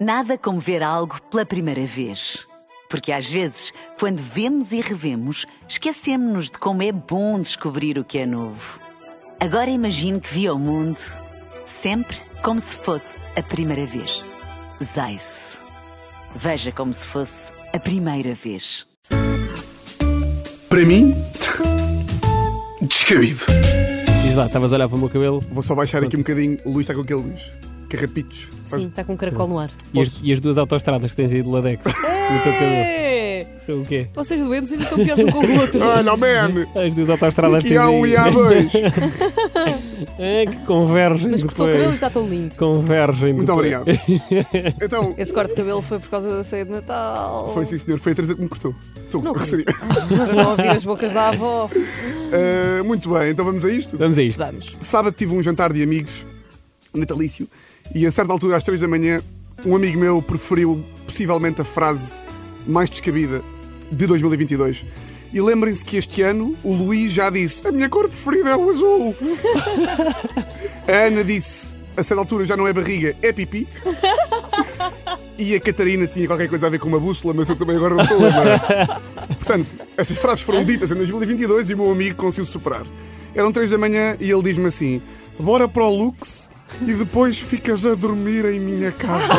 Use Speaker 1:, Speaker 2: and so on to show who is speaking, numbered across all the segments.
Speaker 1: Nada como ver algo pela primeira vez. Porque às vezes, quando vemos e revemos, esquecemos-nos de como é bom descobrir o que é novo. Agora imagine que viu o mundo sempre como se fosse a primeira vez. Zais. Veja como se fosse a primeira vez.
Speaker 2: Para mim, descabido.
Speaker 3: Diz lá, estavas a olhar para o meu cabelo
Speaker 2: Vou só baixar aqui um bocadinho. O Luís está com aquele Luís. Carrapitos.
Speaker 4: Sim, está com um caracol no ar.
Speaker 3: e as, e as duas autostradas que tens aí de Ladex no teu cabelo.
Speaker 4: É!
Speaker 3: São o quê?
Speaker 4: Vocês doentes ainda são piores um com o outro.
Speaker 2: Olha, oh, man!
Speaker 3: As duas autostradas
Speaker 2: Que
Speaker 3: tens
Speaker 2: há um
Speaker 3: aí.
Speaker 2: e há dois.
Speaker 3: É, que convergem
Speaker 4: Mas cortou o cabelo e
Speaker 3: depois.
Speaker 4: está tão lindo.
Speaker 3: Convergem
Speaker 2: Muito
Speaker 3: depois.
Speaker 2: obrigado. Então,
Speaker 4: Esse corte de cabelo foi por causa da ceia de Natal.
Speaker 2: foi sim, senhor. Foi a Teresa que me cortou. Estou
Speaker 4: Não
Speaker 2: a seria.
Speaker 4: Vou ouvir as bocas da avó.
Speaker 2: Ah, Muito bem, então vamos a isto.
Speaker 3: Vamos a isto.
Speaker 4: Vamos.
Speaker 2: Sábado tive um jantar de amigos, natalício, e a certa altura, às três da manhã, um amigo meu preferiu possivelmente a frase mais descabida de 2022. E lembrem-se que este ano o Luís já disse: A minha cor preferida é o azul. a Ana disse: A certa altura já não é barriga, é pipi. E a Catarina tinha qualquer coisa a ver com uma bússola, mas eu também agora não estou a lembrar. Portanto, estas frases foram ditas em 2022 e o meu amigo conseguiu superar. Eram três da manhã e ele diz-me assim: Bora para o Lux e depois ficas a dormir em minha casa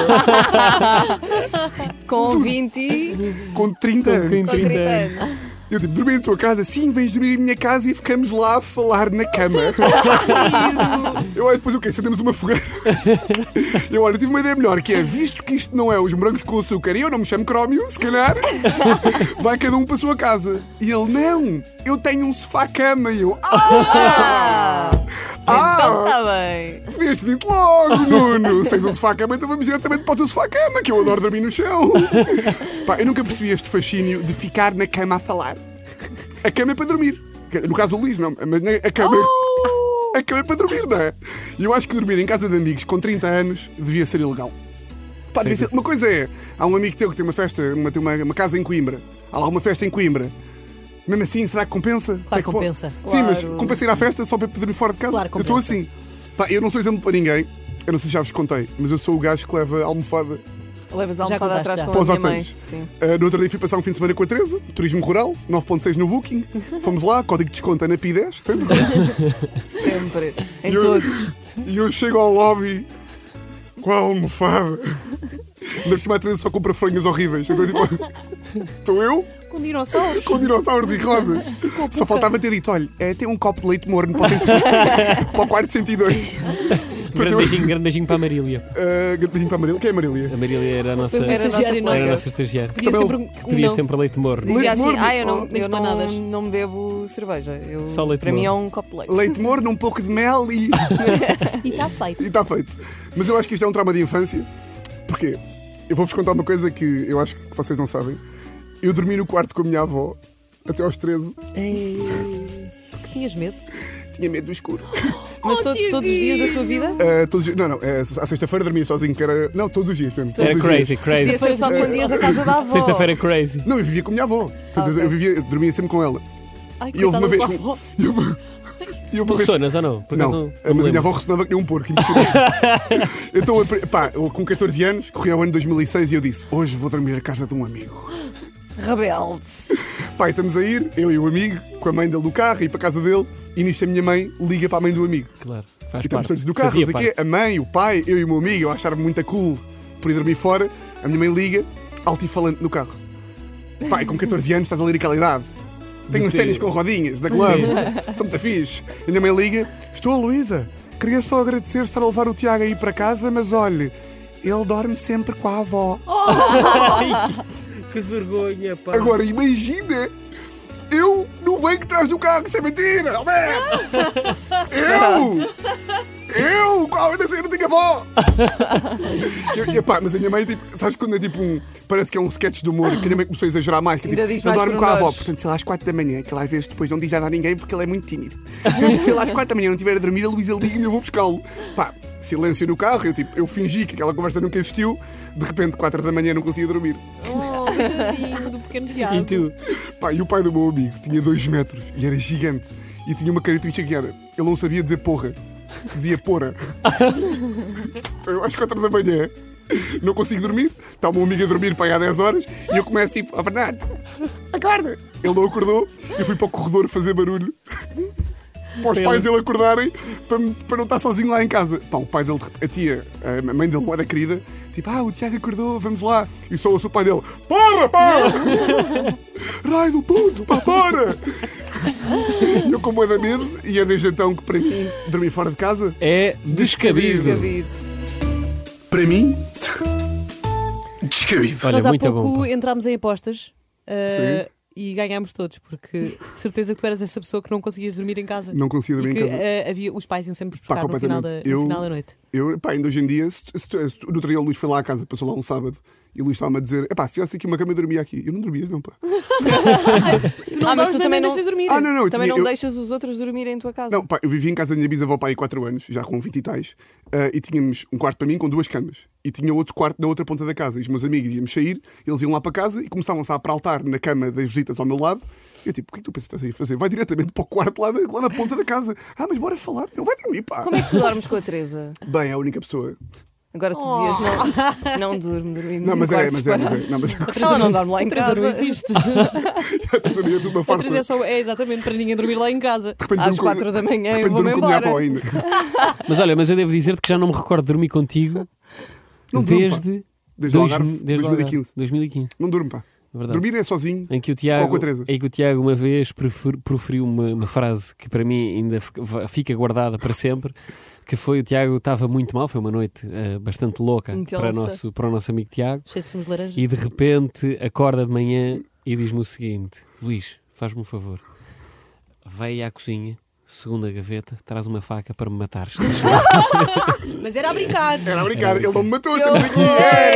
Speaker 4: Com 20 e
Speaker 2: com 30
Speaker 3: Com
Speaker 2: anos.
Speaker 4: com 30
Speaker 3: 30.
Speaker 4: anos.
Speaker 2: Eu digo: Dormir em tua casa? Sim, vens dormir em minha casa e ficamos lá a falar na cama. Eu olho depois o quê? Acendemos uma fogueira. Eu olho, tive uma ideia melhor, que é visto que isto não é os morangos com açúcar e eu não me chamo crómio, se calhar, vai cada um para a sua casa. E ele, não, eu tenho um sofá-cama. E eu, ah!
Speaker 4: Então
Speaker 2: Ah,
Speaker 4: está bem.
Speaker 2: podias ter dito logo, Nuno. Se tens um sofá-cama, então vamos diretamente para o teu sofá-cama, que eu adoro dormir no chão. Pá, eu nunca percebi este fascínio de ficar na cama a falar. A cama é para dormir. No caso, o Luís, não. Mas a cama...
Speaker 4: Oh!
Speaker 2: Acabei para dormir, não é? E eu acho que dormir em casa de amigos com 30 anos devia ser ilegal. Pá, devia ser- uma coisa é, há um amigo teu que tem uma festa, uma, tem uma, uma casa em Coimbra. Há lá uma festa em Coimbra. Mesmo assim, será que compensa? Até que ponto?
Speaker 4: compensa.
Speaker 2: Sim, mas
Speaker 4: Claro.
Speaker 2: compensa ir à festa só para dormir fora de casa?
Speaker 4: Claro,
Speaker 2: eu estou
Speaker 4: compensa.
Speaker 2: assim. Pá, eu não sou exemplo para ninguém. Eu não sei se já vos contei, mas eu sou o gajo que leva a almofada
Speaker 4: Levas a
Speaker 5: Já
Speaker 4: almofada
Speaker 5: contaste,
Speaker 4: atrás
Speaker 5: já.
Speaker 4: com
Speaker 2: Para os
Speaker 4: a minha mãe.
Speaker 2: hotéis.
Speaker 4: Sim.
Speaker 2: Uh, no outro dia fui passar um fim de semana com a Teresa, turismo rural, 9.6 no Booking. Fomos lá, código de desconto é na PI10, sempre.
Speaker 4: Sempre. Em
Speaker 2: E eu-
Speaker 4: todos.
Speaker 2: E eu chego ao lobby com a almofada. Na cima a Teresa só compra frangas horríveis. Então, tipo, sou eu
Speaker 4: Com dinossauros.
Speaker 2: com dinossauros e rosas. Só faltava ter dito: olha, é, tem um copo de leite morno para o, cento... para um- o quarto 102.
Speaker 3: Grande
Speaker 2: eu-
Speaker 3: beijinho, grande beijinho para a Marília.
Speaker 2: Uh, grande beijinho para a Marília. Quem é a Marília?
Speaker 3: A Marília era a nossa,
Speaker 4: Era a nossa
Speaker 5: Estagiário
Speaker 3: era a
Speaker 4: colega.
Speaker 3: nossa estagiária.
Speaker 5: Podia
Speaker 2: Também
Speaker 5: sempre um- um
Speaker 3: Pedia
Speaker 5: não.
Speaker 3: sempre leite morno.
Speaker 2: Leite
Speaker 4: Dizia assim,
Speaker 2: morno.
Speaker 4: ah, eu não,
Speaker 2: Oh,
Speaker 4: eu não,
Speaker 5: espanadas.
Speaker 4: não bebo cerveja. Eu,
Speaker 3: Só leite
Speaker 4: para mim é
Speaker 3: morno.
Speaker 4: um copo de leite.
Speaker 2: Leite morno, um pouco de mel e
Speaker 5: E está feito.
Speaker 2: está feito. Mas eu acho que isto é um trauma de infância. Porquê? Eu vou-vos contar uma coisa que eu acho que vocês não sabem. Eu dormi no quarto com a minha avó até aos 13.
Speaker 4: Ei.
Speaker 5: Que tinhas medo?
Speaker 2: Tinha medo do escuro.
Speaker 4: Mas to- todos os dias da tua vida?
Speaker 2: Uh, todos os dias, não, não, é, à sexta-feira dormia sozinho, que era. Não, todos os dias mesmo. Todos
Speaker 3: Era
Speaker 2: os
Speaker 3: crazy,
Speaker 2: dias.
Speaker 4: Podia
Speaker 3: crazy.
Speaker 4: ser só quando ias à casa da avó.
Speaker 3: Sexta-feira é crazy.
Speaker 2: Não, eu vivia com a minha avó. Portanto, eu- Eu, vivia, eu dormia sempre com ela.
Speaker 5: Ai,
Speaker 2: E houve uma
Speaker 5: coitada
Speaker 2: vez.
Speaker 5: da
Speaker 2: que-
Speaker 5: tua avó.
Speaker 2: E houve- e houve
Speaker 3: Tu
Speaker 2: uma vez-
Speaker 3: ressonas ou não? Por acaso
Speaker 2: Não,
Speaker 3: não me
Speaker 2: mas a minha
Speaker 3: lembro.
Speaker 2: avó ressonava que nem um porco. impressionante. então, eu pre- pá, eu com 14 anos, corria o ano 2006 e eu disse: Hoje vou dormir na casa de um amigo.
Speaker 4: Rebelde.
Speaker 2: Pai, estamos a ir, eu e o amigo, com a mãe dele no carro, e para a casa dele, e nisto a minha mãe liga para a mãe do amigo.
Speaker 3: Claro,
Speaker 2: E
Speaker 3: faz
Speaker 2: estamos
Speaker 3: parte.
Speaker 2: todos no carro, não
Speaker 3: Fazia
Speaker 2: sei o quê,
Speaker 3: parte.
Speaker 2: a mãe, o pai, eu e o meu amigo, eu achar-me muito cool por ir dormir fora, a minha mãe liga, altifalante no carro. Pai, com 14 anos estás a ler aquela idade. Tenho uns
Speaker 3: ter-
Speaker 2: ténis com rodinhas, da Globo, são muito fixe. E a minha mãe liga, estou a Luísa, queria só agradecer estar a levar o Tiago aí para casa, mas olhe, ele dorme sempre com a avó.
Speaker 3: Que vergonha, pá.
Speaker 2: Agora imagina eu no banco de trás do carro, isso é mentira, Alberto! Eu! Eu! Qual é ainda sei, não tinha avó! E, e, pá, mas a minha mãe, tipo, sabes quando é tipo um. Parece que é um sketch de humor que a minha mãe começou a exagerar mais. Que,
Speaker 4: Ainda
Speaker 2: tipo,
Speaker 4: diz
Speaker 2: não
Speaker 4: mais
Speaker 2: dorme com a avó,
Speaker 4: pormenores.
Speaker 2: portanto, sei lá, às 4 da manhã, que ele às vezes depois não diz nada a ninguém porque ele é muito tímido. Portanto, se ele às 4 da manhã não estiver a dormir, a Luísa liga-me e eu vou buscá-lo. Pá, silêncio no carro, eu, tipo, eu fingi que aquela conversa nunca existiu, de repente, 4 da manhã, não conseguia dormir.
Speaker 5: Oh, coitadinho do pequeno Tiago.
Speaker 3: E tu?
Speaker 2: Pá, e o pai do meu amigo tinha 2 metros e era gigante e tinha uma característica que era: ele não sabia dizer porra, dizia pora. então eu às 4 da manhã não consigo dormir. Está o meu amigo a dormir para aí há 10 horas e eu começo tipo, a Bernardo, acorda! Ele não acordou, eu fui para o corredor fazer barulho para os
Speaker 3: Ele.
Speaker 2: pais dele acordarem para, para não estar sozinho lá em casa. Pá, o pai dele, de rep- a tia, a mãe dele não era querida, tipo, ah, o Tiago acordou, vamos lá. E só ouço o pai dele, para, para! Raio do puto, pá, para! E eu com bué da medo e é desde então que para mim dormir fora de casa
Speaker 3: É descabido.
Speaker 4: Descabido.
Speaker 2: Para mim, descabido.
Speaker 3: Olha,
Speaker 5: Nós há
Speaker 3: muito
Speaker 5: pouco
Speaker 3: bom. pá.
Speaker 5: entrámos em apostas uh, e ganhámos todos, porque de certeza que tu eras essa pessoa que não conseguias dormir em casa.
Speaker 2: Não conseguia
Speaker 5: e
Speaker 2: dormir
Speaker 5: que
Speaker 2: em casa.
Speaker 5: uh, havia, os pais iam sempre buscar no, final
Speaker 2: completamente.
Speaker 5: da, no
Speaker 2: Eu-
Speaker 5: final da noite.
Speaker 2: Eu, pá, ainda hoje em dia, se, tu- se, tu- se tu- no outro dia o Luís foi lá à casa, passou lá um sábado e o Luís estava-me a dizer: "Epá, se tivesse aqui uma cama eu dormia aqui. Eu não dormias, não, pá.
Speaker 5: Tu não
Speaker 4: Ah, mas
Speaker 5: dormes,
Speaker 4: tu
Speaker 5: nem
Speaker 4: também
Speaker 5: não
Speaker 4: não-
Speaker 5: deixas dormir.
Speaker 2: Ah, não, não, eu
Speaker 4: Também
Speaker 2: tinha,
Speaker 4: não
Speaker 2: eu-
Speaker 4: deixas os outros dormirem em tua casa.
Speaker 2: Não, pá, eu vivi em casa da minha bisavó pá, aí 4 anos, já com 20 e tais, ah, e tínhamos um quarto para mim com duas camas. E tinha outro quarto na outra ponta da casa. E os meus amigos íamos sair, eles iam lá para casa e começavam-se a apraltar na cama das visitas ao meu lado. E eu tipo, o que é que tu pensas que estás aí a fazer? Vai diretamente para o quarto lá, na- lá na ponta da casa. Ah, mas bora falar. Ele vai dormir, pá.
Speaker 4: Como é que tu dormes com a Teresa?
Speaker 2: Bem, é a única pessoa.
Speaker 4: Agora tu dizias, não, não durmo, dormimos
Speaker 2: Não,
Speaker 4: em
Speaker 2: mas é,
Speaker 4: quartos
Speaker 2: mas é, mas é.
Speaker 4: separados.
Speaker 2: Não, mas é.
Speaker 4: Ela não dorme lá em
Speaker 5: Teresa
Speaker 4: casa.
Speaker 5: não Ah, então existe.
Speaker 2: Seria tudo uma
Speaker 5: A
Speaker 2: farsa.
Speaker 5: Teresa é, só, é exatamente para ninguém dormir lá em casa.
Speaker 2: De repente
Speaker 4: Às
Speaker 2: durmo com-
Speaker 4: quatro da manhã
Speaker 2: de
Speaker 4: eu
Speaker 2: repente
Speaker 4: vou-me
Speaker 2: durmo com a minha avó
Speaker 4: embora.
Speaker 2: ainda.
Speaker 3: Mas olha, mas eu devo dizer-te que já não me recordo de dormir contigo
Speaker 2: Não durmo, pá.
Speaker 3: desde,
Speaker 2: Desde o
Speaker 3: dois-
Speaker 2: Algarve,
Speaker 3: desde o Algarve,
Speaker 2: 2015.
Speaker 3: 2015,
Speaker 2: Não durmo, pá.
Speaker 3: é verdade.
Speaker 2: Dormir é sozinho.
Speaker 3: Em que o Tiago,
Speaker 2: a Teresa.
Speaker 3: em que o Tiago uma vez profer- proferiu uma, uma frase que para mim ainda f- va- fica guardada para sempre, que foi o Tiago estava muito mal, foi uma noite eh, bastante louca
Speaker 4: Muito
Speaker 3: para,
Speaker 4: onça.
Speaker 3: nosso, para o nosso amigo Tiago,
Speaker 5: Cheio de sumos de laranja.
Speaker 3: e de repente acorda de manhã e diz-me o seguinte: Luís, faz-me um favor, vai à cozinha, segunda gaveta, traz uma faca para me matar.
Speaker 5: Mas era a brincar.
Speaker 2: Era a brincar, ele não me matou,
Speaker 4: Que
Speaker 2: estamos aqui.
Speaker 4: horror!